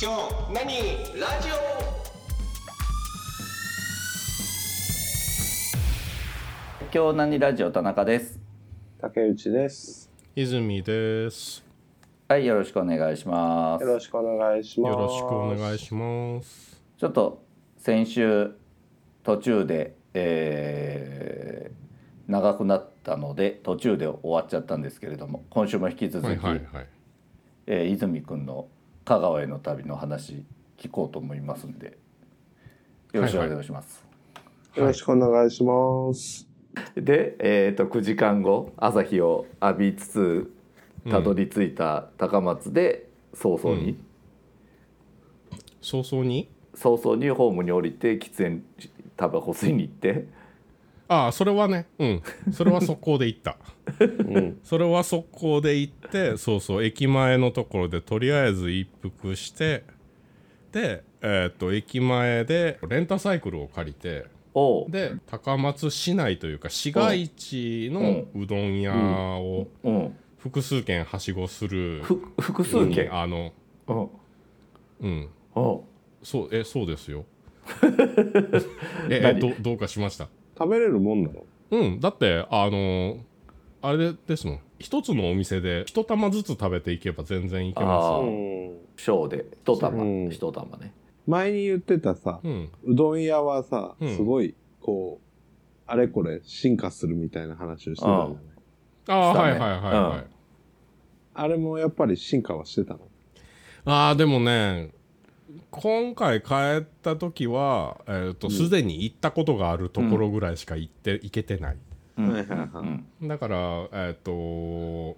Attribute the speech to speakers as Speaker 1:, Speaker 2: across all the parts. Speaker 1: 今日何ラジオ
Speaker 2: 今日何ラジオ田中です
Speaker 3: 竹内です。
Speaker 4: 泉です。
Speaker 2: はいよろしくお願いします
Speaker 3: よろしくお願いしま
Speaker 4: よ
Speaker 3: す。
Speaker 4: ろしくお願いします。
Speaker 2: ちょっと先週途中で、えー長くなったので途中で終わっちゃったんですけれども今週も引き続き、
Speaker 4: はいはいはい。
Speaker 2: えー泉くんの香川への旅の話聞こうと思いますんでよろしくお願いします。
Speaker 3: よろしくお願いします。
Speaker 2: で、えー、と9時間後朝日を浴びつつたどり着いた高松で早々に、
Speaker 4: 早々に。
Speaker 2: 早々にホームに降りて喫煙タバコ吸いに行って
Speaker 4: ああ、それはね、うん、それは速攻で行った。
Speaker 3: うん、
Speaker 4: それは速攻で行って、そうそう、駅前のところでとりあえず一服して、で、えっ、と、駅前でレンタサイクルを借りて、
Speaker 2: おう
Speaker 4: で、高松市内というか、市街地のうどん屋を
Speaker 2: うん、
Speaker 4: 複数軒はしごする。
Speaker 2: ふ複数件、
Speaker 4: あの、
Speaker 2: うんうん
Speaker 4: うん、そうえそうです よええ
Speaker 2: 何
Speaker 4: どどうかしました
Speaker 3: 食べれるもんなの。
Speaker 4: うんだってあのあれですもん一つのお店で一玉ずつ食べていけば全然いけま
Speaker 2: あ
Speaker 3: うん、
Speaker 2: ショーで一玉
Speaker 3: うん
Speaker 2: 一玉ね
Speaker 3: 前に言ってたさ
Speaker 4: す、うん
Speaker 3: うどん屋はさ、
Speaker 4: うん
Speaker 3: すごいこうあれこれ進化するみたいな話をしてたよね。
Speaker 4: あ
Speaker 2: し
Speaker 4: あ、
Speaker 2: た
Speaker 4: は
Speaker 2: ね
Speaker 4: いはいはいはい、
Speaker 2: うん
Speaker 3: あれもやっぱり進化はしてたの。
Speaker 4: ああでもね今回帰った時はえっ、とすで、に行ったことがあるところぐらいしか行って、行けてない
Speaker 2: うん
Speaker 3: はいはいはい
Speaker 2: うん
Speaker 4: だからえっ、とこ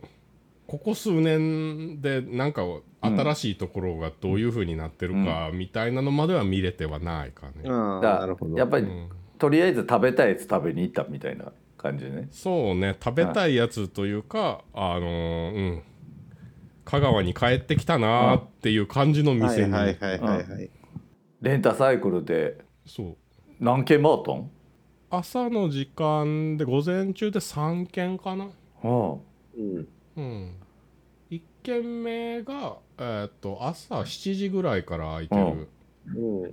Speaker 4: こ数年でなんか新しいところがどういう風になってるかみたいなのまでは見れてはないかね、
Speaker 3: あ
Speaker 2: だ
Speaker 3: あ、なるほど。
Speaker 2: やっぱり、
Speaker 4: うん
Speaker 2: とりあえず食べたいやつ食べに行ったみたいな感じね
Speaker 4: そうね食べたいやつというか、あのーうん香川に帰ってきたなーっていう感じの
Speaker 3: は
Speaker 4: 店
Speaker 3: い
Speaker 4: に、
Speaker 3: はいはいはいはい。
Speaker 2: レンタサイクルで
Speaker 4: そう
Speaker 2: 何軒回ったん
Speaker 4: 朝の時間で午前中で3軒かな
Speaker 2: うん
Speaker 3: うん、
Speaker 4: うん1軒目がえーっと朝7時ぐらいから開いてる、
Speaker 2: うん
Speaker 3: うん、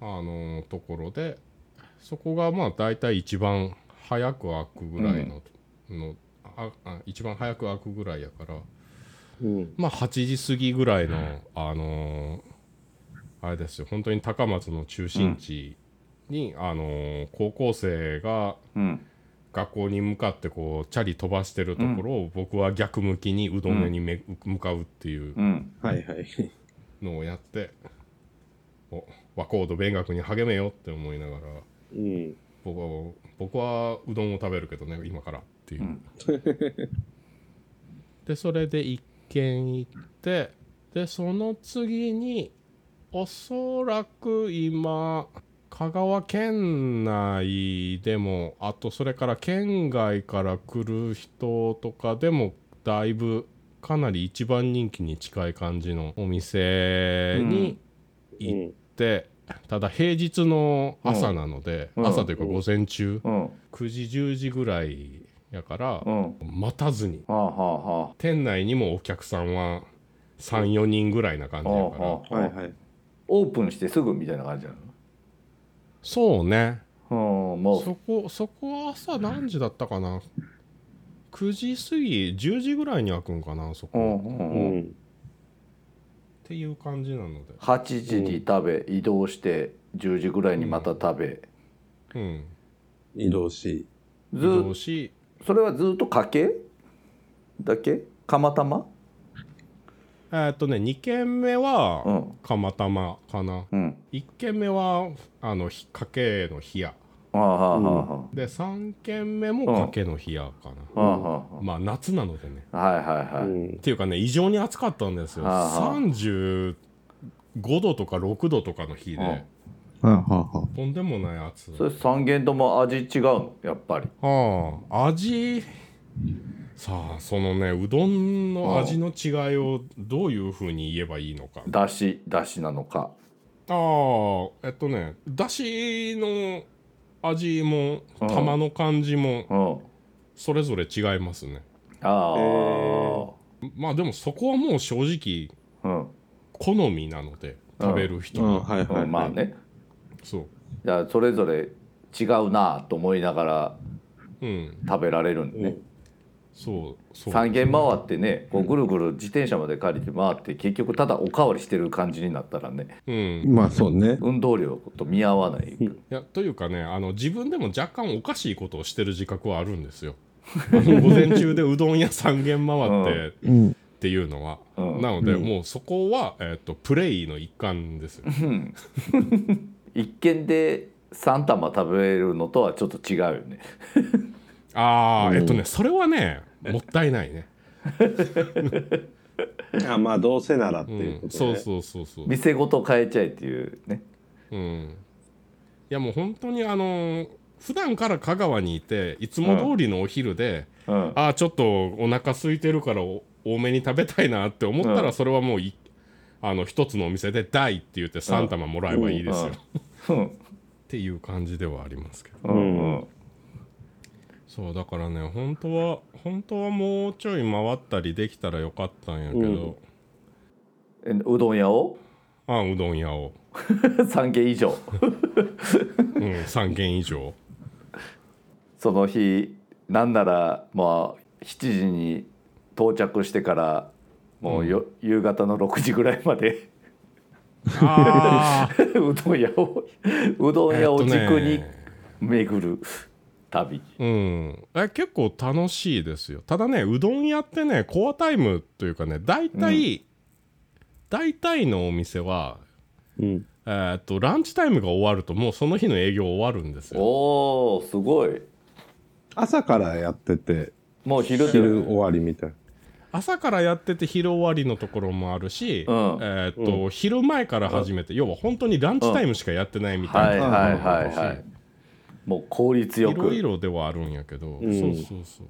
Speaker 4: あのところでそこがまあ大体一番早く開くぐらいの,、のああ一番早く開くぐらいやから
Speaker 3: うん、
Speaker 4: まあ8時過ぎぐらいのあのーあれですよ本当に高松の中心地に、あのー高校生が
Speaker 2: うん
Speaker 4: 学校に向かってこうチャリ飛ばしてるところを僕は逆向きにうどん屋にめ、向かうっていう
Speaker 2: うん
Speaker 3: はいはい。
Speaker 4: のをやって、お和光度勉学に励めよって思いながら。
Speaker 3: うん、
Speaker 4: 僕は僕はうどんを食べるけどね今からっていう、
Speaker 2: うん
Speaker 4: でそれで一軒行ってでその次におそらく今香川県内でもあとそれから県外から来る人とかでもだいぶかなり一番人気に近い感じのお店に、
Speaker 3: うん、
Speaker 4: ってただ平日の朝なので、
Speaker 2: うん
Speaker 4: 朝というか午前中、
Speaker 2: うん
Speaker 4: 9時10時ぐらいやから、
Speaker 2: うん
Speaker 4: 待たずに
Speaker 2: はあはあは
Speaker 4: 店内にもお客さんは34人ぐらいな感
Speaker 2: あ
Speaker 4: じやか
Speaker 2: は
Speaker 4: ら、
Speaker 2: あはあ
Speaker 3: はいはい。
Speaker 2: オープンしてすぐみたいな感じな
Speaker 4: そうね
Speaker 2: のうんもう
Speaker 4: そこそこは朝何時だったかな9時過ぎ10時ぐらいに開くんかなそこ、
Speaker 2: う
Speaker 4: っ
Speaker 2: んうん
Speaker 3: う
Speaker 2: うん
Speaker 3: ん、
Speaker 4: ていう感じなので
Speaker 2: 8時に食べ移動して10時ぐらいにまた食べ、
Speaker 4: うん
Speaker 3: 移動し。
Speaker 2: ず
Speaker 4: どうし
Speaker 2: それはずっとかけだけ釜玉
Speaker 4: えーっとね2軒目は
Speaker 2: うん
Speaker 4: 釜玉かな
Speaker 2: うん
Speaker 4: 1軒目はあのひかけの冷や
Speaker 2: はあはあは
Speaker 4: で3軒目も
Speaker 2: うん
Speaker 4: かけの冷やか
Speaker 2: あはあ
Speaker 4: な、
Speaker 2: はあは
Speaker 4: まあ夏なのでね
Speaker 2: あはいはいはい、
Speaker 3: うん
Speaker 4: っ、ていうかね異常に暑かったんですよ
Speaker 2: はあはあ
Speaker 4: 35度とか6度とかの日で
Speaker 3: はあはあは
Speaker 4: とんでもない暑
Speaker 2: それ3軒とも味違うのやっぱり
Speaker 4: ああ味さあそのねうどんの味の違いをどういうふうに言えばいいのか
Speaker 2: だしだしなのか
Speaker 4: ああえっとねだしの味も
Speaker 2: うん
Speaker 4: 玉の感じも
Speaker 2: うん
Speaker 4: それぞれ違いますね
Speaker 2: ああ、
Speaker 3: えー
Speaker 4: まあでもそこはもう正直
Speaker 2: うん
Speaker 4: 好みなので
Speaker 2: うん
Speaker 4: 食べる人
Speaker 3: う
Speaker 4: の、
Speaker 3: ん、はいはい、
Speaker 2: う
Speaker 3: はい
Speaker 2: んまあね
Speaker 4: そ
Speaker 2: だからそれぞれ違うなぁと思いながら
Speaker 4: ううん
Speaker 2: 食べられるんでね
Speaker 4: そうそう
Speaker 2: 3軒回ってねこうぐるぐる自転車まで借りて回って結局ただおかわりしてる感じになったらね
Speaker 4: うん
Speaker 3: まあそうね
Speaker 2: 運動量と見合わ ない
Speaker 4: いやというかねあの自分でも若干おかしいことをしてる自覚はあるんですよ。あの午前中でうどん屋3軒回って
Speaker 3: うん
Speaker 4: っていうのは、
Speaker 2: うん
Speaker 4: なので、
Speaker 3: うん
Speaker 4: もうそこは、えっとプレイの一環ですよ。
Speaker 2: うん一軒で3玉食べれるのとはちょっと違うよね
Speaker 4: ああ
Speaker 3: うん
Speaker 4: えっとねそれはねもったいな いね。
Speaker 3: あまあどうせならって
Speaker 4: う
Speaker 3: いうこ
Speaker 4: ん、
Speaker 3: とで、
Speaker 4: そうそうそうそう。
Speaker 2: 店ごと変えちゃえっていうね
Speaker 4: うん、いやもう本当にあのー普段から香川にいていつも通りのお昼で、
Speaker 2: うん
Speaker 4: ああちょっとお腹空いてるからお多めに食べたいなって思った
Speaker 2: う
Speaker 4: ら
Speaker 2: ん
Speaker 4: それはもういあの一つのお店で「大」って言って3玉もらえばいいですよ、
Speaker 2: うん
Speaker 4: っ
Speaker 2: うん
Speaker 4: ていう感じではありますけど
Speaker 2: うんうん
Speaker 4: そうだからね本当は本当はもうちょい回ったりできたらよかったんやけど、
Speaker 2: えうどん屋を
Speaker 4: あうどん屋を、
Speaker 2: 3軒以上
Speaker 4: うん、3軒以上
Speaker 2: その日なんならまあ7時に到着してからもうよ、夕方の6時ぐらいまで
Speaker 4: あ あ
Speaker 2: うどん屋をうどん屋を軸に巡る旅、
Speaker 4: うん、え結構楽しいですよただねうどん屋ってねコアタイムというかね大体、大体のお店は、
Speaker 3: うん
Speaker 4: えーっとランチタイムが終わるともうその日の営業終わるんですよ
Speaker 2: おーすごい
Speaker 3: 朝からやってて
Speaker 2: もう昼で
Speaker 3: 昼終わりみたいな
Speaker 4: 朝からやってて昼終わりのところもあるし、
Speaker 2: うん
Speaker 4: えーっと昼前から始めて、要は本当にランチタイムしかやってないみたいな、
Speaker 2: はいはいはいはいもう効率よ
Speaker 4: いろ
Speaker 2: く
Speaker 4: いろではあるんやけど、
Speaker 3: ん
Speaker 4: そうそうそう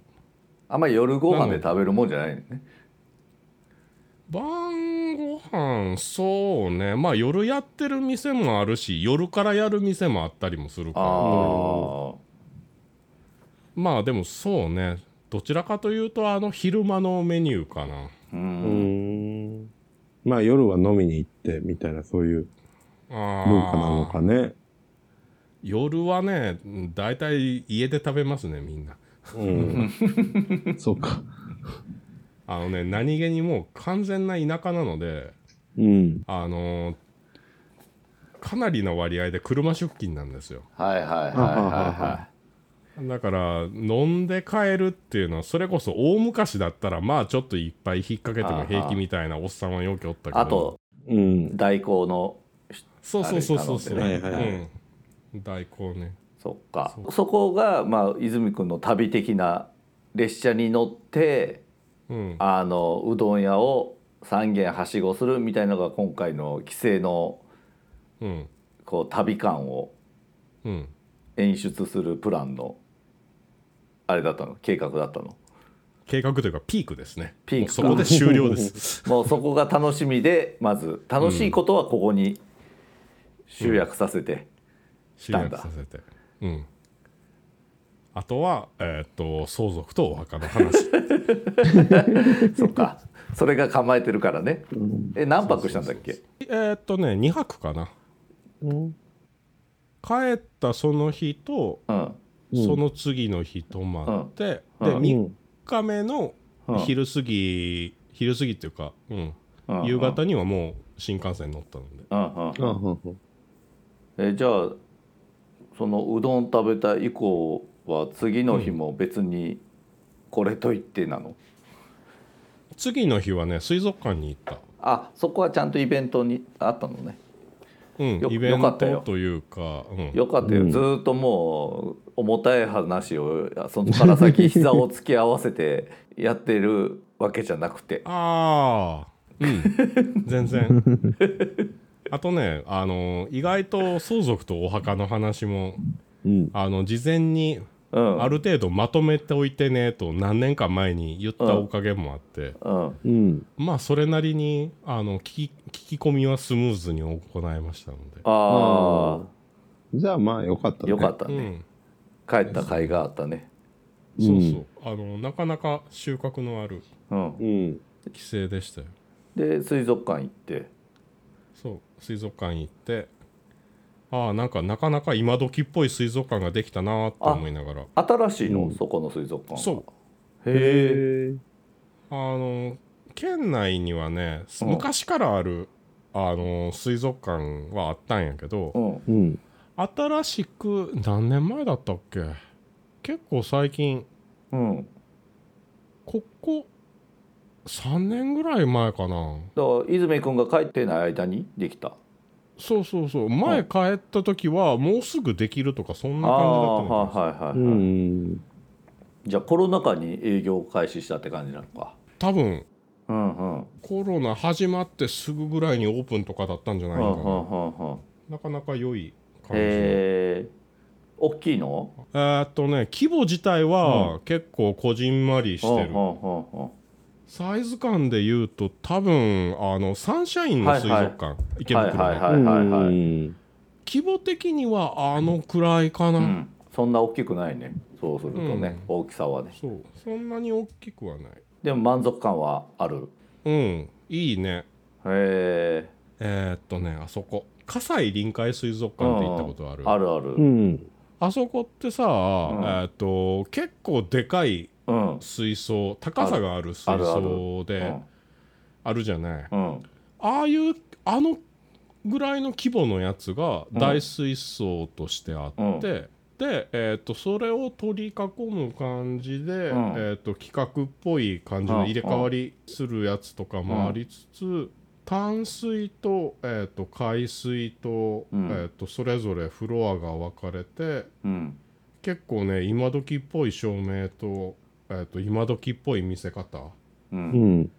Speaker 2: あんまり夜ご飯で食べるもんじゃないのね
Speaker 4: 晩ご飯そうねまあ夜やってる店もあるし夜からやる店もあったりもするか
Speaker 2: あ
Speaker 4: ら
Speaker 2: ー
Speaker 4: まあでもそうねどちらかというとあの昼間のメニューかな
Speaker 2: う
Speaker 3: うんんまあ夜は飲みに行ってみたいなそういう
Speaker 4: あー
Speaker 3: 文化なのかね
Speaker 4: 夜はねだいたい家で食べますねみんな
Speaker 3: うん そうか
Speaker 4: あのね何気にもう完全な田舎なので
Speaker 3: うん
Speaker 4: あのーかなりの割合で車出勤なんですよ
Speaker 2: はいはいはいは
Speaker 4: だから飲んで帰るっていうのはそれこそ大昔だったらまあちょっといっぱい引っ掛けても平気みたいなおっさんはよくおった
Speaker 2: い
Speaker 4: けど
Speaker 2: あと
Speaker 3: うん
Speaker 2: 代行の
Speaker 4: そうそうそうそうそう、
Speaker 2: あ
Speaker 3: れなのでね
Speaker 4: うん、大根ね
Speaker 2: そっか
Speaker 4: そ
Speaker 2: そこが、まあ、泉くんの旅的な列車に乗って
Speaker 4: うん
Speaker 2: あのうどん屋を3軒はしごするみたいなのが今回の帰省の
Speaker 4: うん
Speaker 2: こう旅感を
Speaker 4: うん
Speaker 2: 演出するプランのあれだったの計画だったの
Speaker 4: 計画というかピークですね
Speaker 2: ピーク
Speaker 4: もうそこで終了です
Speaker 2: もうそこが楽しみで まず楽しいことはここに集約させて、
Speaker 4: 集約させてうんあとはえーっと相続とお墓の話
Speaker 2: そっかそれが構えてるからねえ何泊したんだっけ
Speaker 4: えーっとね2泊かな
Speaker 3: うん
Speaker 4: 帰ったその日と
Speaker 2: うん
Speaker 3: うん
Speaker 4: その次の日泊まって、
Speaker 2: うんうん
Speaker 4: で3日目の
Speaker 2: うん
Speaker 4: 昼過ぎ、昼過ぎっていうか、うん
Speaker 2: うん
Speaker 4: 夕方にはもう新幹線に乗ったので
Speaker 2: うんうん
Speaker 3: あほんほん
Speaker 2: えじゃあそのうどん食べた以降は次の日も別にこれといってなの、
Speaker 4: 次の日はね水族館に行った、
Speaker 2: あそこはちゃんとイベントにあったのね
Speaker 4: うん
Speaker 2: よ、
Speaker 4: イベン
Speaker 2: よかった
Speaker 4: ト
Speaker 2: よ
Speaker 4: というかうん
Speaker 2: よかったよ、
Speaker 3: うん
Speaker 2: ずーっともう重たい話をそのから先膝を突き合わせてやってるわけじゃなくて
Speaker 4: ああうん 全然あとねあの意外と相続とお墓の話も
Speaker 3: うん
Speaker 4: あの事前に
Speaker 2: うん
Speaker 4: ある程度まとめておいてねと何年か前に言ったおかげもあって、
Speaker 2: うん
Speaker 3: うん
Speaker 4: まあそれなりにあの聞き聞き込みはスムーズに行いましたので、
Speaker 2: あ
Speaker 3: じゃあまあよかった
Speaker 2: あ
Speaker 3: ね
Speaker 2: よかった
Speaker 4: う
Speaker 2: ね、
Speaker 4: ん、
Speaker 2: 帰った甲斐があったね
Speaker 4: そうそう、あのなかなか収穫のある
Speaker 2: うん
Speaker 3: うん
Speaker 4: 規制でしたよ
Speaker 2: で水族館行って
Speaker 4: そう水族館行ってああなんかなかなか今時っぽい水族館ができたなって思いながら
Speaker 2: 新しいの、
Speaker 3: うん
Speaker 2: そこの水族館
Speaker 4: そう
Speaker 2: へえ
Speaker 3: え。
Speaker 4: あの県内にはね
Speaker 2: うん
Speaker 4: 昔からある、あの水族館はあったんやけど、
Speaker 2: うん
Speaker 3: うん。
Speaker 4: 新しく何年前だったっけ結構最近
Speaker 2: うん
Speaker 4: ここ3年ぐらい前かな
Speaker 2: だから泉君が帰ってない間にできた
Speaker 4: そうそうそう前帰った時はもうすぐできるとかそんな感じだったのかな
Speaker 2: あーはいはいはい、
Speaker 3: う
Speaker 2: はい
Speaker 3: ん。
Speaker 2: じゃあコロナ禍に営業を開始したって感じなのか
Speaker 4: 多分
Speaker 2: うんうん
Speaker 4: コロナ始まってすぐぐらいにオープンとかだったんじゃ
Speaker 2: う
Speaker 4: ない
Speaker 2: んう
Speaker 4: のかな、
Speaker 2: んうんうん
Speaker 4: なかなか良い感じのえ
Speaker 2: へえ大きいの
Speaker 4: ーっとね規模自体は結構こじんまりしてる、
Speaker 2: うんうんうんうん
Speaker 4: サイズ感で言うと多分あのサンシャインの水族館、池袋の、
Speaker 2: はいはいはいはい
Speaker 3: い。
Speaker 4: 規模的にはあのくらいかな、
Speaker 2: うんそんな大きくないねそうするとね、大きさはね
Speaker 4: そうそんなに大きくはない
Speaker 2: でも満足感はある
Speaker 4: うんいいね
Speaker 2: へえ
Speaker 4: えー、っとねあそこ葛西臨海水族館って行ったことある
Speaker 2: あるある
Speaker 3: うん。
Speaker 4: あそこってさ、えーっと結構でかい
Speaker 2: うん
Speaker 4: 水槽高さがある水槽
Speaker 2: う
Speaker 4: で
Speaker 2: ん
Speaker 4: あるじゃない
Speaker 2: うん
Speaker 4: ああいうあのぐらいの規模のやつが
Speaker 2: うん
Speaker 4: 大水槽としてあって、
Speaker 2: うん
Speaker 4: で、えー、とそれを取り囲む感じ
Speaker 2: ん
Speaker 4: で、えー、と企画っぽい感じ
Speaker 2: うん
Speaker 4: の入れ替わりするやつとかもありつつ、淡水と,、えー、と海水と,、
Speaker 2: うん
Speaker 4: えー、とそれぞれフロアが分かれて
Speaker 2: うん
Speaker 4: 結構ね今時っぽい照明と,、えー、と今時っぽい見せ方。
Speaker 2: う
Speaker 3: うんん。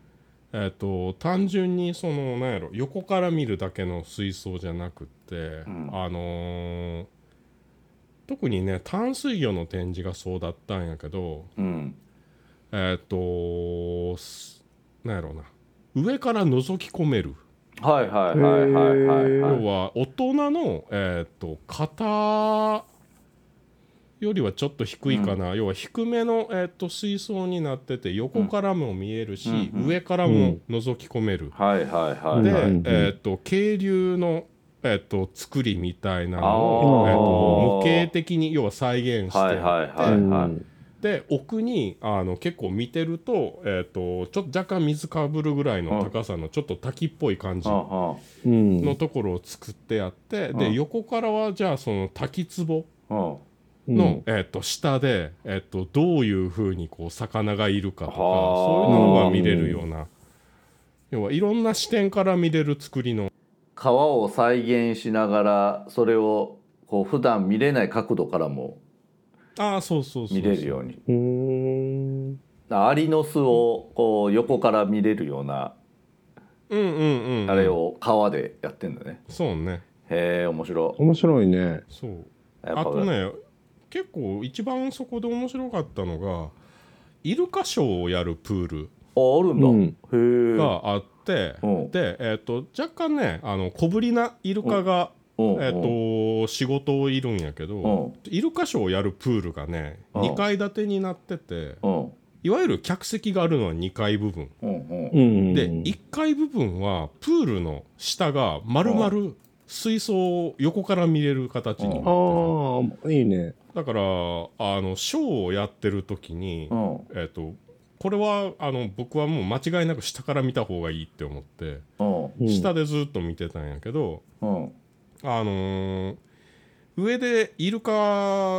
Speaker 4: えっと単純にそのなんやろ横から見るだけの水槽じゃなくって、
Speaker 2: ん
Speaker 4: あのー特にね淡水魚の展示がそうだったんやけど
Speaker 2: うん
Speaker 4: えっ、とすなんやろな上から覗き込める、
Speaker 2: はいはいはいはいはいはい
Speaker 4: 要は大人の、えっと肩よりはちょっと低いかな、要は低めの、えっと水槽になってて横からも見えるし、
Speaker 2: うんうん
Speaker 4: 上からも覗き込める。
Speaker 2: はいはいはい
Speaker 4: で、
Speaker 3: うんうんうん
Speaker 4: えっ、と渓流の、えっと作りみたいなの
Speaker 2: あ
Speaker 4: を、
Speaker 2: ー
Speaker 4: えっと模型的に要は再現して、
Speaker 2: はいはいはいはい
Speaker 4: で奥にあの結構見てると,、えっとちょっと若干水かぶるぐらいの高さのちょっと滝っぽい感じの
Speaker 2: う
Speaker 3: い。うん。
Speaker 4: ところを作ってあって、
Speaker 2: うん
Speaker 4: で横からはじゃあその滝壺
Speaker 2: んうんうん
Speaker 3: うん
Speaker 4: の、えっと下で、えっとどういうふうにこう魚がいるかとか
Speaker 2: は
Speaker 4: そ
Speaker 2: あ
Speaker 4: ういうのが見れるような要はいろんな視点から見れる作りの
Speaker 2: 川を再現しながらそれをこう普段見れない角度からも
Speaker 4: ああそうそうそう
Speaker 2: 見れるように
Speaker 3: うーん。
Speaker 2: アリの巣をこう横から見れるような
Speaker 4: うんうんうん
Speaker 2: あれを川でやってんだね、
Speaker 4: そうね
Speaker 2: へえ面白
Speaker 3: 面白いね。
Speaker 4: そう
Speaker 2: いやっぱ
Speaker 4: あとね結構一番そこで面白かったのがイルカショーをやるプール
Speaker 2: ああるんだ、
Speaker 3: うん
Speaker 2: へえ
Speaker 4: があって、
Speaker 2: うん
Speaker 4: で、えっと若干ねあの小ぶりなイルカが、
Speaker 2: うん
Speaker 4: えっと仕事をいるんやけど、イルカショーをやるプールがね、
Speaker 2: うん
Speaker 4: 2階建てになってて
Speaker 2: うんうん
Speaker 4: いわゆる客席があるのは2階部分
Speaker 2: うんうん
Speaker 3: うん。
Speaker 4: で1階部分はプールの下が丸々水槽を横から見れる形になって
Speaker 3: あ
Speaker 4: る
Speaker 3: あ、いいね。
Speaker 4: だからあのショーをやってる時に、
Speaker 2: うん
Speaker 4: えっとこれはあの僕はもう間違いなく下から見た方がいいって思って、
Speaker 2: うん
Speaker 3: うん
Speaker 4: 下でずっと見てたんやけど
Speaker 2: うん
Speaker 4: あのー上でイルカ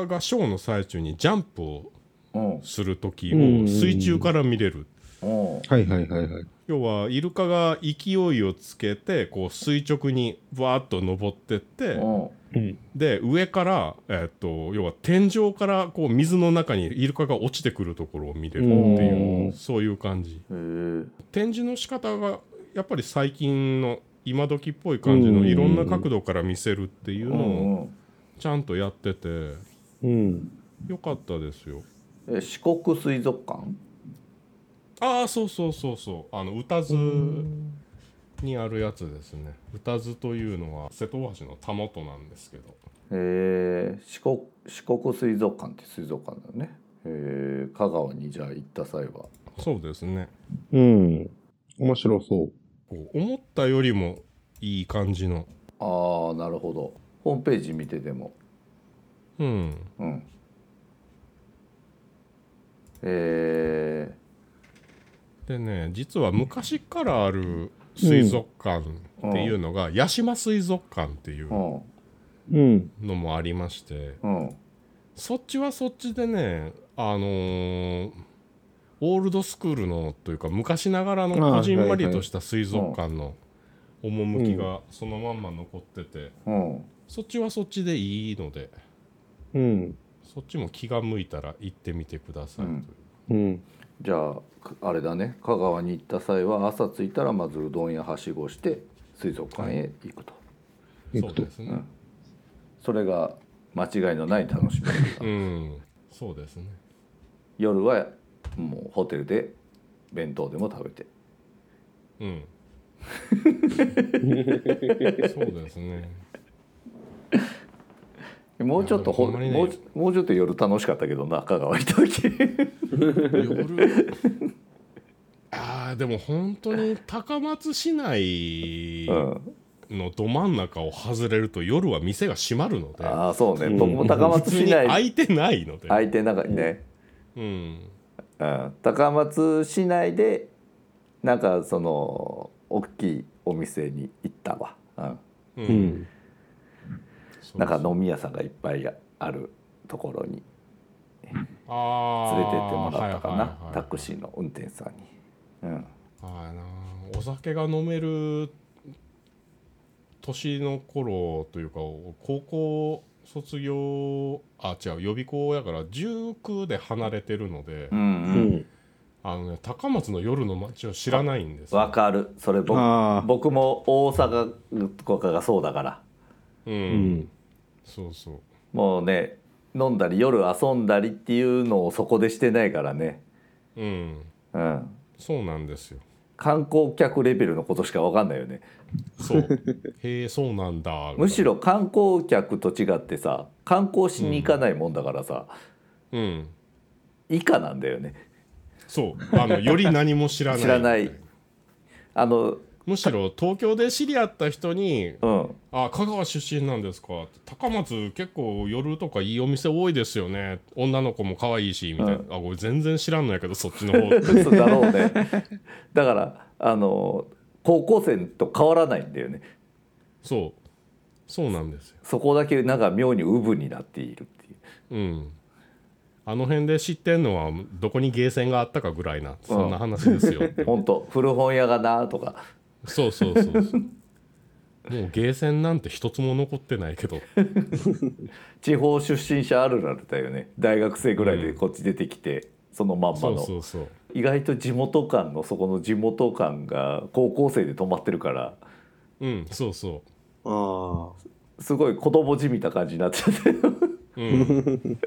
Speaker 4: がショーの最中にジャンプを
Speaker 2: うん
Speaker 4: する時
Speaker 3: うん
Speaker 4: を水中から見れる
Speaker 2: うん
Speaker 3: はいはいはいはい。
Speaker 4: 要はイルカが勢いをつけてこう垂直にバーッと登ってって、
Speaker 2: うん
Speaker 3: うん。
Speaker 4: で上から、えっと要は天井からこう水の中にイルカが落ちてくるところを見れるっていううんそういう感じ
Speaker 2: へえ
Speaker 4: 展示の仕方がやっぱり最近の今時っぽい感じの
Speaker 3: うん
Speaker 4: いろんな角度から見せるっていう
Speaker 2: う
Speaker 4: のを
Speaker 2: ん
Speaker 4: ちゃんとやってて
Speaker 3: うん。
Speaker 4: よかったですよ
Speaker 2: うんえ四国水族館
Speaker 4: ああそうそうそうそうあの歌津にあるやつですね歌津というのは瀬戸大橋のたもとなんですけど
Speaker 2: えー、四国四国水族館って水族館だよね、えー、香川にじゃあ行った際は
Speaker 4: そうですね
Speaker 3: うん。面白そう。
Speaker 4: こう思ったよりもいい感じの
Speaker 2: ああなるほどホームページ見てても
Speaker 4: うん
Speaker 2: うんえ
Speaker 4: でね実は昔からある水族館っていうのが、八島水族館っていう
Speaker 2: ー、うん
Speaker 3: うん。
Speaker 4: のもありまして
Speaker 2: うん
Speaker 4: そっちはそっちでねあのーオールドスクールのというか昔ながらの
Speaker 3: ああ
Speaker 4: こじんまりとした水族館の趣がそのまんま残ってて、
Speaker 2: うん
Speaker 4: そっちはそっちでいいので
Speaker 3: うん。
Speaker 4: そっちも気が向いたら行ってみてくださいという、
Speaker 3: うん。
Speaker 2: じゃあくあれだね香川に行った際は朝着いたらまずうどんやはしごして水族館へ行くと、
Speaker 4: そうですね
Speaker 2: それが間違いのない楽しみ方
Speaker 4: うん、そうですね
Speaker 2: 夜はもうホテルで弁当でも食べて
Speaker 4: うんそうですね
Speaker 2: もうちょっとほ
Speaker 4: いやでもほんまにね
Speaker 2: もうちょもうちょっと夜楽しかったけどな香川行った時
Speaker 4: 夜あーでも本当に高松市内
Speaker 2: うん
Speaker 4: のど真ん中を外れると夜は店が閉まるので
Speaker 2: ああそうね
Speaker 3: うん
Speaker 2: 僕も高
Speaker 4: 普
Speaker 2: 松
Speaker 4: 通
Speaker 2: 市
Speaker 4: に
Speaker 2: 内
Speaker 4: 開いてないので、
Speaker 2: 空いてなんかね、
Speaker 4: うん、
Speaker 2: うん、高松市内でなんかその大きいお店に行ったわ、うん、
Speaker 3: う、
Speaker 4: う
Speaker 3: ん。
Speaker 4: そう
Speaker 2: なんか飲み屋さんがいっぱいあるところに
Speaker 4: あ
Speaker 2: 連れてってもらったかな、タク
Speaker 4: ー
Speaker 2: シーの運転手さんに、うん、
Speaker 4: はいはいはいはいあーなーお酒が飲める年の頃というか高校卒業あ違う予備校やから19で離れてるので、
Speaker 2: うんう
Speaker 3: う
Speaker 2: ん
Speaker 3: ん。
Speaker 4: あのね高松の夜の街を知らないんですよ
Speaker 2: わかるそれ僕
Speaker 3: ああ。
Speaker 2: 僕も大阪とかがそうだから
Speaker 4: う、
Speaker 3: うんん。
Speaker 4: そうそう
Speaker 2: もうね飲んだり夜遊んだりっていうのをそこでしてないからね、
Speaker 4: うん
Speaker 2: うん、
Speaker 4: そうなんですよ
Speaker 2: 観光客レベルのことしか分かんないよね
Speaker 4: そう へえそうなんだ
Speaker 2: むしろ観光客と違ってさ観光しに行かないもんだからさ、
Speaker 4: うん
Speaker 2: 以下なんだよね
Speaker 4: そうあのより何も知らない
Speaker 2: 知らないあの
Speaker 4: むしろ東京で知り合った人に
Speaker 2: うん
Speaker 4: 「あ香川出身なんですか」って「高松結構夜とかいいお店多いですよね女の子も可愛いし」みたいな「あこれ全然知らんのやけどそっちの方」
Speaker 2: 嘘だろう ねだからあの高校生と変わらないんだよね
Speaker 4: そうそうなんですよ
Speaker 2: そこだけなんか妙にウブになっているっていう
Speaker 4: うんあの辺で知ってんのはどこにゲーセンがあったかぐらいなそんな話ですよ、
Speaker 2: 本当古本屋がなとか
Speaker 4: そうそうそうそうもうゲーセンなんて一つも残ってないけど
Speaker 2: 地方出身者あるあるだよね大学生ぐらいでこっち出てきて、そのまんま
Speaker 4: そ
Speaker 2: の
Speaker 4: うそうそう
Speaker 2: 意外と地元感のそこの地元感が高校生で止まってるから
Speaker 4: うんそうそ
Speaker 3: あ
Speaker 2: すごい子供じみた感じになっちゃって
Speaker 4: ううん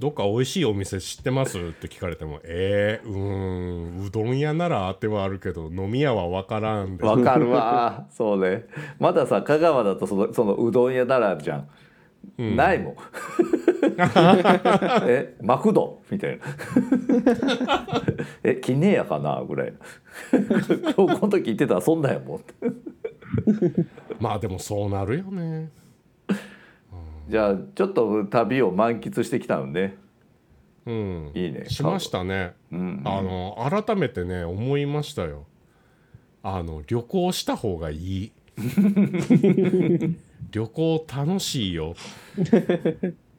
Speaker 4: どっか美味しいお店知ってますって聞かれても「えー、うーんうどん屋ならあてはあるけど飲み屋は分からんで」
Speaker 2: わかるわ そうねまださ香川だとそのそのうどん屋ならあるじゃん、
Speaker 4: うん
Speaker 2: ないもんえマクドみたいな えキネやかなぐらい な高校の時行ってたらそんなんやもん
Speaker 4: まあでもそうなるよね
Speaker 2: じゃあちょっと旅を満喫してきたのね
Speaker 4: うん
Speaker 2: いいね
Speaker 4: しましたね
Speaker 2: うん
Speaker 4: あの改めてね思いましたよあの旅行した方がい い旅行楽しいよ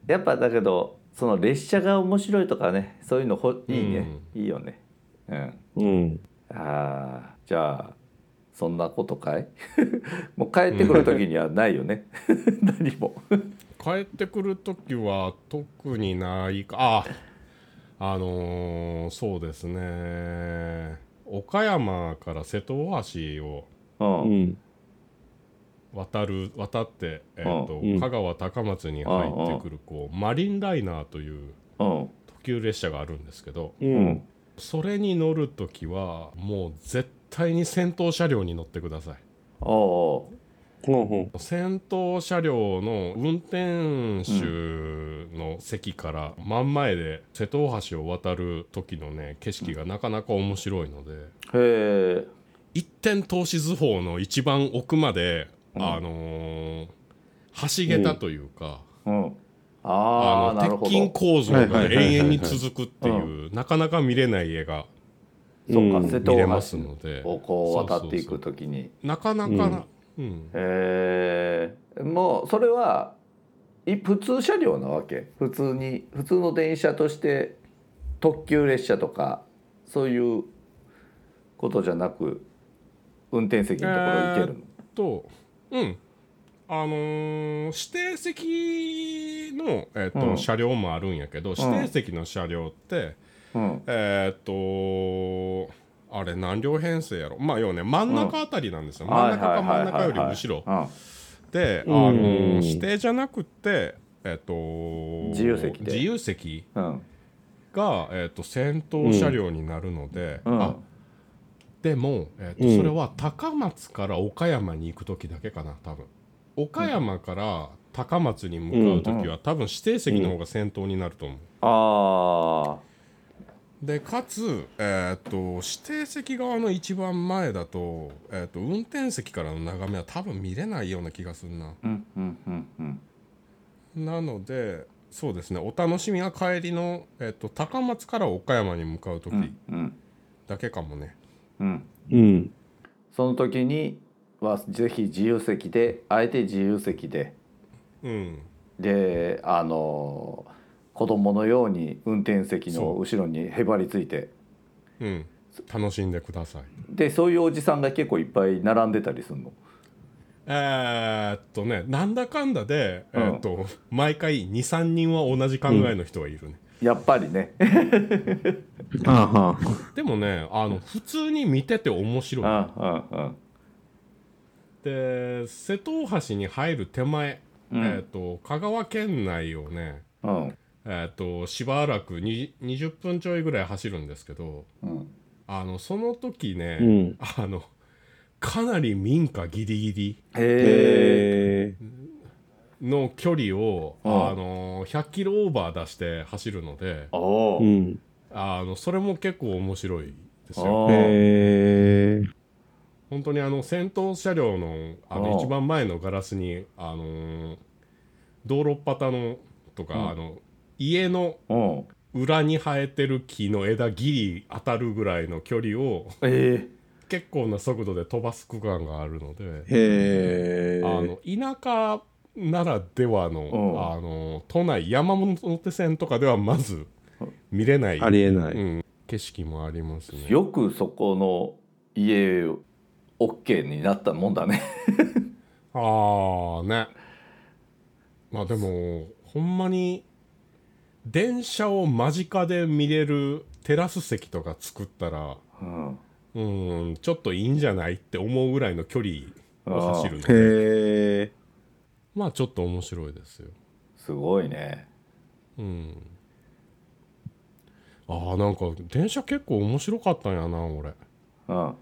Speaker 2: やっぱだけどその列車が面白いとかねそういうのほいいね、いいよねうん
Speaker 3: あ。うん。
Speaker 2: あーじゃあそんなことかい もう帰ってくる時にはないよね、 何も
Speaker 4: 帰ってくる時は特にないかああのーそうですね岡山から瀬戸大橋を
Speaker 2: うん、
Speaker 3: うん。
Speaker 4: 渡る渡って、えーと
Speaker 3: うん
Speaker 4: 香川高松に入ってくるこうマリンライナーという
Speaker 2: うん
Speaker 4: 特急列車があるんですけど
Speaker 3: う
Speaker 2: うんん。
Speaker 4: それに乗る時はもう絶対に先頭車両に乗ってください
Speaker 2: おうおう
Speaker 3: ほうほ
Speaker 4: 先頭車両の運転手の席から真ん前で瀬戸大橋を渡る時のね景色がなかなか面白いので
Speaker 2: へえ
Speaker 4: 一点投資図法の一番奥まで、あのー、橋桁というか、
Speaker 2: うん。ああ、な
Speaker 4: あ
Speaker 2: る
Speaker 4: の
Speaker 2: ほ
Speaker 4: 鉄
Speaker 2: ど。
Speaker 4: 筋構造
Speaker 3: はいはい
Speaker 4: が
Speaker 3: はいはいはい
Speaker 4: 永遠に続くっていうなかなか見れない絵が
Speaker 2: そう
Speaker 3: う
Speaker 2: か、
Speaker 3: ん
Speaker 2: 瀬戸
Speaker 4: 見れ
Speaker 2: 大
Speaker 4: ます
Speaker 2: 橋
Speaker 4: ので
Speaker 2: をこう渡っていくときに。
Speaker 4: なかなかな、うん
Speaker 2: えー、もうそれはい普通車両なわけ普通に普通の電車として特急列車とかそういうことじゃなく運転席のところ行けるの、
Speaker 4: とうんあのー指定席の、えーと
Speaker 2: うん
Speaker 4: 車両もあるんやけど指定席の車両って、
Speaker 2: うん
Speaker 4: えーっとあれ何両編成やろまあ要はね真ん中あたりなんですよ、真ん中か真ん中より後ろ
Speaker 2: ろ、
Speaker 4: で、あ
Speaker 3: うん
Speaker 4: のー指定じゃなくてえーっと
Speaker 2: 自由席で
Speaker 4: 自由席
Speaker 2: うんうん
Speaker 4: が、えー、と先頭車両になるので、
Speaker 2: うん
Speaker 4: あでも、えーと
Speaker 3: うん
Speaker 4: それは高松から岡山に行く時だけかな多分岡山から高松に向かう時は、多分指定席の方が先頭になると思う、
Speaker 2: あ
Speaker 4: でかつ、えー、と指定席側の一番前だと,、えー、と運転席からの眺めは多分見れないような気がするな
Speaker 2: ーうんうんうんうん
Speaker 4: なのでそうですねお楽しみは帰りの、えー、と高松から岡山に向かう時
Speaker 2: うんうん
Speaker 4: だけかもね、
Speaker 2: うん
Speaker 3: うん。
Speaker 2: その時にはぜひ自由席であえて自由席で
Speaker 4: うん
Speaker 2: であの子供のように運転席の後ろにへばりついて
Speaker 4: うん、楽しんでください。
Speaker 2: でそういうおじさんが結構いっぱい並んでたりするの
Speaker 4: えーっとね、なんだかんだで、
Speaker 2: うん
Speaker 4: えーっと毎回23人は同じ考えの人がいるね、
Speaker 2: やっぱりね
Speaker 3: あーは
Speaker 4: でもねあの普通に見てて面
Speaker 2: う
Speaker 4: 白
Speaker 2: ん
Speaker 4: い
Speaker 2: うん
Speaker 4: で瀬戸大橋に入る手前、
Speaker 2: うん
Speaker 4: えーっと香川県内をね
Speaker 2: うんうん
Speaker 4: えーっとしばらくに20分ちょいぐらい走るんですけど
Speaker 2: うん
Speaker 4: あのその時ね、
Speaker 3: うん
Speaker 4: あのかなり民家ギリギリ
Speaker 2: へえ
Speaker 3: え
Speaker 4: の距離を、
Speaker 2: うん
Speaker 4: あの100キロオーバー出して走るので
Speaker 2: おお
Speaker 3: ー。うん。
Speaker 4: あのそれも結構面白いですよ
Speaker 2: おー
Speaker 3: えー。
Speaker 4: 本当にあの先頭車両のあ
Speaker 2: ああ
Speaker 4: の一番前のガラスにあのー道路端のとか、
Speaker 2: うん
Speaker 4: あの家の
Speaker 2: うん
Speaker 4: 裏に生えてる木の枝ギリ当たるぐらいの距離を
Speaker 2: え
Speaker 4: 結構な速度で飛ばす区間があるので、
Speaker 3: へー。
Speaker 4: あの田舎ならではの,、
Speaker 2: ん
Speaker 4: あの都内山手線とかではまず見れない
Speaker 3: ありえな
Speaker 4: う
Speaker 3: い。
Speaker 4: ん、景色もありますね
Speaker 2: え。よくそこの家 OK になったもんだね
Speaker 4: ああねまあでもほんまに電車を間近で見れるテラス席とか作ったら
Speaker 2: うん
Speaker 4: うんちょっといいんじゃないって思うぐらいの距離を走るの
Speaker 3: へ
Speaker 4: で
Speaker 3: ー。
Speaker 4: まあちょっと面白いですよ
Speaker 2: すごいね
Speaker 4: うんああなんか電車結構面白かったんやな俺
Speaker 2: うん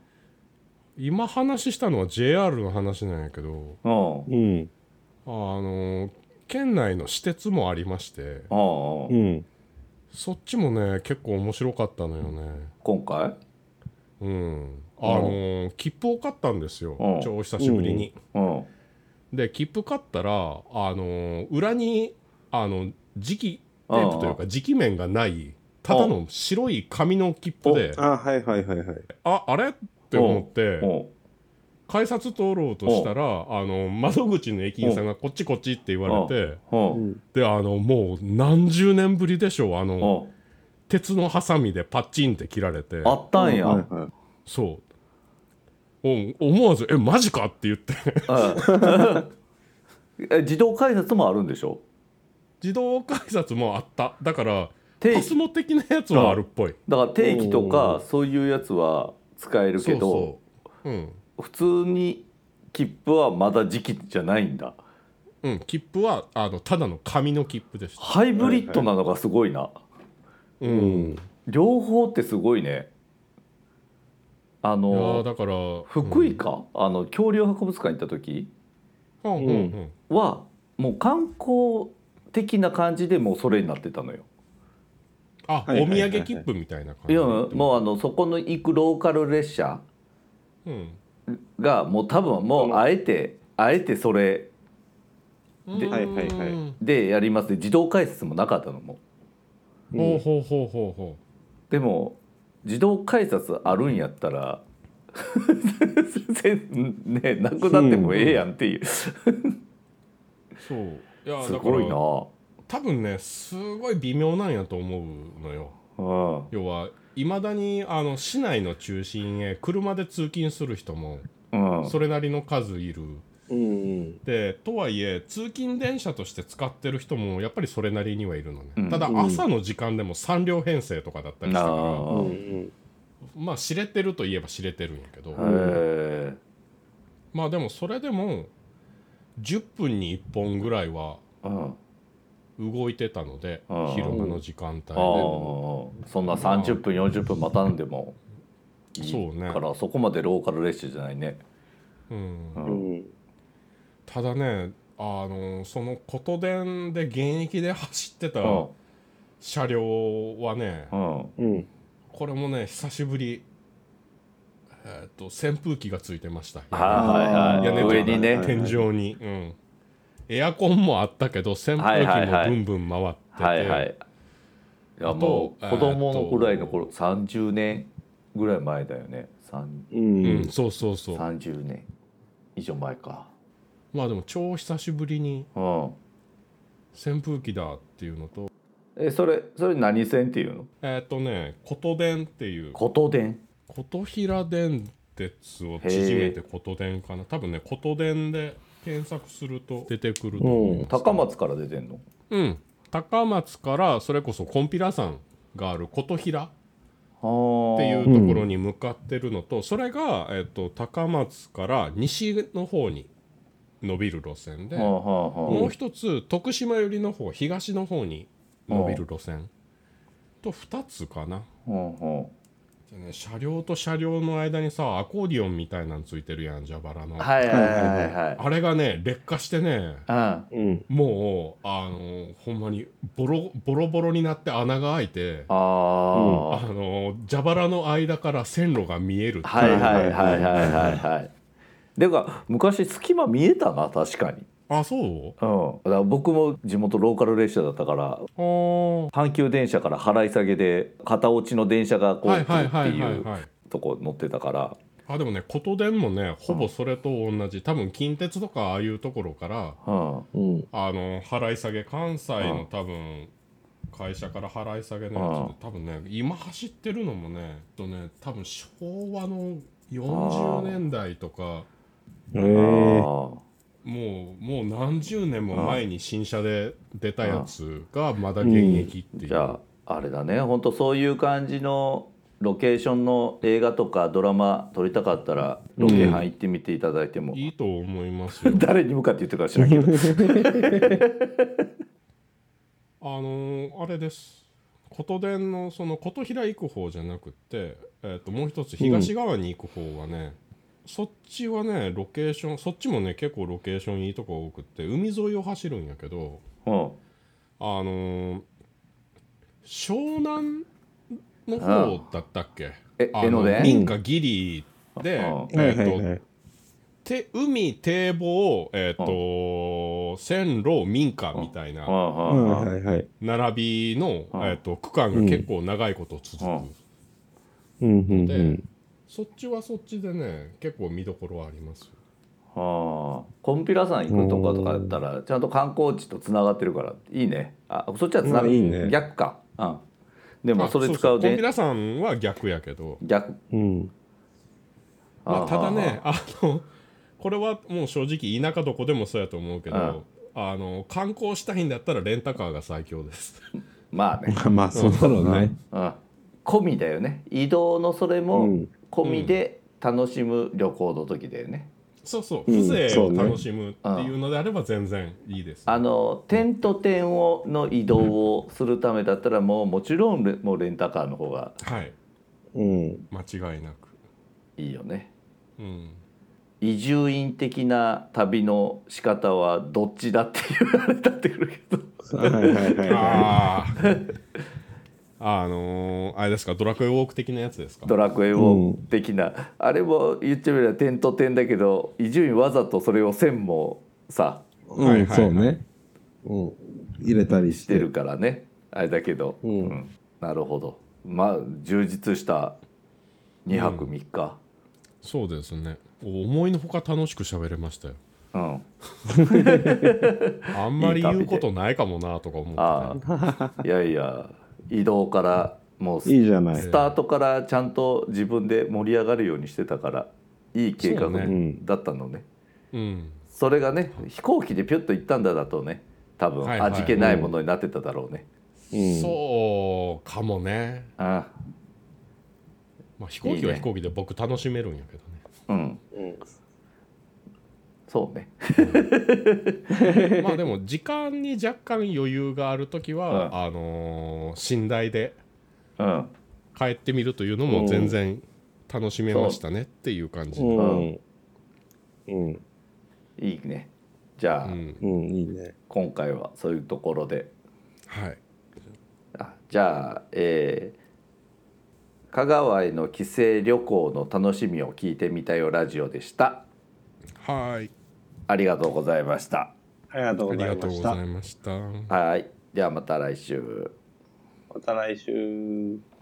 Speaker 4: 今話したのは JR の話なんやけど
Speaker 2: うんうん
Speaker 3: うん。
Speaker 4: あの県内の私鉄もありまして
Speaker 2: うん
Speaker 3: う
Speaker 2: うん
Speaker 3: ん。
Speaker 4: そっちもね結構面白かったのよね
Speaker 2: 今回
Speaker 4: うんあのー切符を買ったんですよ
Speaker 2: うん
Speaker 4: 超久しぶりに、
Speaker 2: うん
Speaker 4: で切符買ったらあのー裏にあの磁気テープというか磁気面がないただの白い紙の切符で
Speaker 3: あーはいはいはいはい。
Speaker 4: ああれって思って
Speaker 2: うん
Speaker 4: 改札通ろうとしたらあのー窓口の駅員さんがこっちこっちって言われて
Speaker 2: うん
Speaker 3: うん
Speaker 4: であのもう何十年ぶりでしょうあ
Speaker 2: う
Speaker 4: の
Speaker 2: ん
Speaker 4: 鉄のハサミでパッチンって切られて
Speaker 2: あったんや。
Speaker 3: はいはい
Speaker 4: そう。うん思わず「えマジか?」って言って
Speaker 2: うん え自動改札もあるんでしょ
Speaker 4: 自動改札もあっただから
Speaker 2: 定
Speaker 4: パス
Speaker 2: 期
Speaker 4: モ的なやつはあるっぽい
Speaker 2: だから定期と
Speaker 3: う
Speaker 2: か
Speaker 3: ん
Speaker 2: そういうやつは使えるけど
Speaker 4: そうそううん、
Speaker 2: 普通に切符はまだ時期じゃないんだ
Speaker 4: うん、切符はあのただの紙の切符でした、
Speaker 2: ハイブリッドなのがすごいな、
Speaker 4: う、
Speaker 3: うん
Speaker 4: い
Speaker 3: ん。
Speaker 2: 両方ってすごいねあ
Speaker 4: やー
Speaker 2: の
Speaker 4: だから
Speaker 2: 福井か、あの恐竜博物館行った時
Speaker 4: うんうんうん
Speaker 2: はもう観光的な感じでもうそれになってたのよ
Speaker 4: あ
Speaker 3: いはい
Speaker 4: お
Speaker 3: はい
Speaker 4: 土
Speaker 3: はい
Speaker 4: 産切符みたいな感
Speaker 2: い
Speaker 4: じ
Speaker 2: やもうあのそこの行くローカル列車
Speaker 4: うん
Speaker 2: がもう多分もうあえて、あえてそれで
Speaker 3: はいはいはい
Speaker 2: でやりますで自動解説もなかったのも
Speaker 3: う
Speaker 4: ほうんほうほうほうほ
Speaker 2: でも自動改札あるんやったら 全然ねなくなってもええやんっていう、
Speaker 4: うそういや
Speaker 2: す
Speaker 4: だか
Speaker 2: ごい
Speaker 4: ら
Speaker 2: な、
Speaker 4: 多分ねすごい微妙なんやと思うのよ
Speaker 2: うん
Speaker 4: 要はいまだにあの市内の中心へ車で通勤する人も
Speaker 2: うん、
Speaker 4: それなりの数いる
Speaker 3: うん
Speaker 4: でとはいえ通勤電車として使ってる人もやっぱりそれなりにはいるのね、
Speaker 2: うん
Speaker 4: ただ
Speaker 3: うん
Speaker 4: 朝の時間でも3両編成とかだったりした
Speaker 2: な
Speaker 4: から
Speaker 2: あ、
Speaker 3: うんう
Speaker 2: へ
Speaker 3: ん
Speaker 4: まあ知れてるといえば知れてるんやけど、
Speaker 2: え
Speaker 4: まあでもそれでも10分に1本ぐらいは
Speaker 2: うん、あ
Speaker 4: 動いてたので
Speaker 2: あー
Speaker 4: 昼間の時間
Speaker 2: あ
Speaker 4: 帯
Speaker 2: そんな30分40分待たんでもい
Speaker 4: でそう
Speaker 2: い
Speaker 4: ね
Speaker 2: からそこまでローカル列車じゃないね、
Speaker 4: うん
Speaker 2: う
Speaker 3: うんん
Speaker 4: ただねあのその琴電で現役で走ってた
Speaker 2: うん
Speaker 4: 車両はね
Speaker 2: うん、
Speaker 3: うん
Speaker 4: これもね久しぶりえっ、と扇風機がついてました
Speaker 2: はいはいは
Speaker 4: 屋根
Speaker 2: い
Speaker 4: と
Speaker 2: 上にね、
Speaker 3: はい
Speaker 4: 天井に、うん、エアコンもあったけど扇風
Speaker 2: はい
Speaker 4: 機
Speaker 2: は
Speaker 4: も
Speaker 2: い
Speaker 4: ブンブン回ってて、
Speaker 2: はいはい。いや
Speaker 4: あと
Speaker 2: もう
Speaker 4: えー
Speaker 2: 子
Speaker 4: っと
Speaker 2: 供のぐらいの頃三十年ぐらい前だよね。三
Speaker 3: う
Speaker 4: うんん、そうそうそう
Speaker 2: 三十年以上前か。
Speaker 4: まあでも超久しぶりに
Speaker 2: うん。
Speaker 4: 扇風機だっていうのと
Speaker 2: えそれそれ何線っていうの？
Speaker 4: えっ、とね琴電っていう
Speaker 2: 琴電。
Speaker 4: 琴平電鉄を縮めて琴電かな多分ね琴電で検索すると出てくると思います
Speaker 2: 高松から出てんの？
Speaker 4: うん、高松からそれこそコンピラ山がある琴
Speaker 2: あ
Speaker 4: 平
Speaker 2: あ。
Speaker 4: っていうところに向かってるのと、それが、えっと高松から西の方に伸びる路線で、
Speaker 2: はあはあは
Speaker 4: もう一つ徳島寄りの方東の方に伸びる路線と2つかな。
Speaker 2: あ。は
Speaker 4: でね、車両と車両の間にさアコーディオンみたいなんついてるやん蛇腹の、
Speaker 2: あはあ。はいはいはいはい。
Speaker 4: あれがね劣化してね
Speaker 2: うん。
Speaker 3: うん
Speaker 4: もうあのほんまにボロボロボロになって穴が開いて
Speaker 2: ああ。
Speaker 4: あの蛇腹の間から線路が見えるって
Speaker 2: はいはいはいはいはいはい。でか昔隙間見えたな確かに。
Speaker 4: あそう
Speaker 2: うん。だから僕も地元ローカル列車だったから
Speaker 4: あー
Speaker 2: 阪急電車から払い下げで片落ちの電車がこう
Speaker 4: はい
Speaker 2: 来
Speaker 4: は
Speaker 2: る
Speaker 4: い
Speaker 2: って
Speaker 4: はいはいいうはい
Speaker 2: とこ乗ってたから
Speaker 4: あでもね琴電もねほぼそれと同じ多分近鉄とかああいうところから
Speaker 2: うん
Speaker 3: うん
Speaker 4: あの払い下げ関西の多分会社から払い下げのやつで多分ね今走ってるのもねえっとね多分昭和の40年代とか
Speaker 3: え
Speaker 2: あ
Speaker 3: え
Speaker 2: ー
Speaker 4: もうもう何十年も前に新車で出たやつがまだ現役っていう、
Speaker 2: じゃああれだね本当そういう感じのロケーションの映画とかドラマ撮りたかったらロケハン行ってみていただいても、
Speaker 4: いいと思いますよ
Speaker 2: 誰に向かって言ってたか知らんけど
Speaker 4: あのーあれです琴電のその琴平行く方じゃなくて、えー、ともう一つ東側に行く方はね、そっちはねロケーションそっちもね結構ロケーションいいとこ多くって海沿いを走るんやけど
Speaker 2: うん
Speaker 4: あのー湘南の方だったっけ
Speaker 2: え
Speaker 4: あ
Speaker 2: 江ノ
Speaker 4: の
Speaker 2: 電
Speaker 4: 民家ギリで、
Speaker 2: うん
Speaker 4: え
Speaker 3: はい
Speaker 4: ーと
Speaker 3: はいはい
Speaker 4: て海堤防、えーと線路民家みたいな、
Speaker 2: うんう
Speaker 3: うん
Speaker 2: うんん
Speaker 3: はいはい
Speaker 4: 並びの、
Speaker 2: うん
Speaker 4: えー、と区間が結構長いこと続く、
Speaker 2: うん
Speaker 3: うんうん
Speaker 4: で、
Speaker 3: うん
Speaker 4: そっちはそっちでね結構見どころはあります
Speaker 2: あーコンピラ山行くとかとかだったらちゃんと観光地とつながってるからいいねあそっちはつなが
Speaker 3: まあいいね
Speaker 2: 逆かうんでもそれ
Speaker 4: あ
Speaker 2: 使
Speaker 4: そううそう
Speaker 2: で
Speaker 4: コンピラさんは逆やけど、
Speaker 2: 逆
Speaker 3: うん
Speaker 4: ま
Speaker 2: あ
Speaker 4: あ、
Speaker 2: ー
Speaker 4: ただねあの これはもう正直田舎どこでもそうやと思うけど、あの観光したいんだったらレンタカーが最強です
Speaker 2: まあね、
Speaker 3: まあそうだろうね
Speaker 2: うん、込みだよね移動のそれ
Speaker 3: う
Speaker 2: も
Speaker 3: ん
Speaker 2: 込みで楽しむ旅行の時だよね、
Speaker 4: そうそう
Speaker 3: うん
Speaker 4: 風情
Speaker 3: そ
Speaker 4: を
Speaker 3: うね
Speaker 4: 楽しむっていうのであれば全然いいです、
Speaker 2: あの点と点をの移動をするためだったらもうもちろんレもうレンタカーの方が
Speaker 4: はい
Speaker 3: うん
Speaker 4: 間違いなく
Speaker 2: いいよね
Speaker 4: うん
Speaker 2: 移住員的な旅の仕方はどっちだっていうあれになってくるけど
Speaker 3: はいはいはいはい
Speaker 4: あー あのーあれですかドラクエウォーク的なやつですか
Speaker 2: ドラクエウォーク的な、あれも言ってみれば点と点だけど伊集院わざとそれを線もさ
Speaker 3: うん、
Speaker 4: はいはいはい
Speaker 3: そうね。うん。入れたりし
Speaker 2: しててるからねあれだけど、
Speaker 3: うん
Speaker 2: なるほどまあ充実した2泊3日
Speaker 4: そうですね思いのほか楽しく喋れましたよ
Speaker 2: うん、
Speaker 4: あんまり言うことないかもなとか思って、
Speaker 2: ああいやいや移動からもうス
Speaker 3: いいじゃない。
Speaker 2: スタートからちゃんと自分で盛り上がるようにしてたからいい計画
Speaker 4: そうね
Speaker 3: うん
Speaker 2: だったのね
Speaker 4: うん
Speaker 2: それがね飛行機でピュッと行ったんだだとね多分
Speaker 4: はいはい
Speaker 2: 味気ないものになってただろうね、
Speaker 3: うん
Speaker 4: そうかもね、
Speaker 2: あ
Speaker 4: まあ、飛行
Speaker 2: い
Speaker 4: 機
Speaker 2: い
Speaker 4: は
Speaker 2: ね
Speaker 4: 飛行機で僕楽しめるんやけどね
Speaker 2: あうん
Speaker 3: うん
Speaker 2: そうね
Speaker 4: まあでも時間に若干余裕がある時は、
Speaker 2: う
Speaker 4: あのー寝台で
Speaker 2: うん
Speaker 4: 帰ってみるというのも全然楽しめましたねっていう感じ、うん
Speaker 3: うん。うん。
Speaker 2: いいねじゃあ、
Speaker 3: うん、いいね。
Speaker 2: 今回はそういうところで
Speaker 4: はい
Speaker 2: あじゃあ、えー香川への帰省旅行の楽しみを聞いてみたよラジオでした
Speaker 4: はい
Speaker 2: ありがとうございました
Speaker 3: ありがとう
Speaker 4: あ
Speaker 3: ご
Speaker 4: り
Speaker 3: ざ
Speaker 4: が
Speaker 3: い
Speaker 4: と
Speaker 3: ま
Speaker 4: う
Speaker 3: し
Speaker 4: ご
Speaker 3: た
Speaker 4: ざい。ました
Speaker 2: はいではまた来週
Speaker 3: また来週。